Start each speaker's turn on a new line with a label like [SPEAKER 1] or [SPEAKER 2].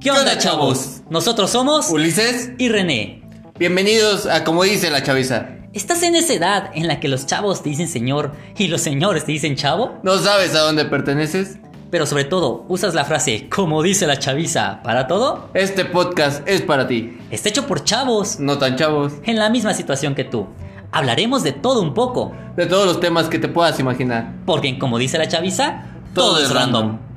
[SPEAKER 1] ¿Qué onda, chavos? Nosotros somos
[SPEAKER 2] Ulises,
[SPEAKER 1] y René.
[SPEAKER 2] bienvenidos a como dice la chaviza.
[SPEAKER 1] ¿Estás en esa edad en la que los chavos te dicen señor y los señores te dicen chavo?
[SPEAKER 2] ¿No sabes a dónde perteneces?
[SPEAKER 1] Pero sobre todo, usas la frase como dice la chaviza para todo.
[SPEAKER 2] Este podcast es para ti,
[SPEAKER 1] Está hecho por chavos
[SPEAKER 2] no tan chavos,
[SPEAKER 1] en la misma situación que tú. Hablaremos de todo un poco,
[SPEAKER 2] de todos los temas que te puedas imaginar.
[SPEAKER 1] porque en como dice la chaviza,
[SPEAKER 2] Todo es random.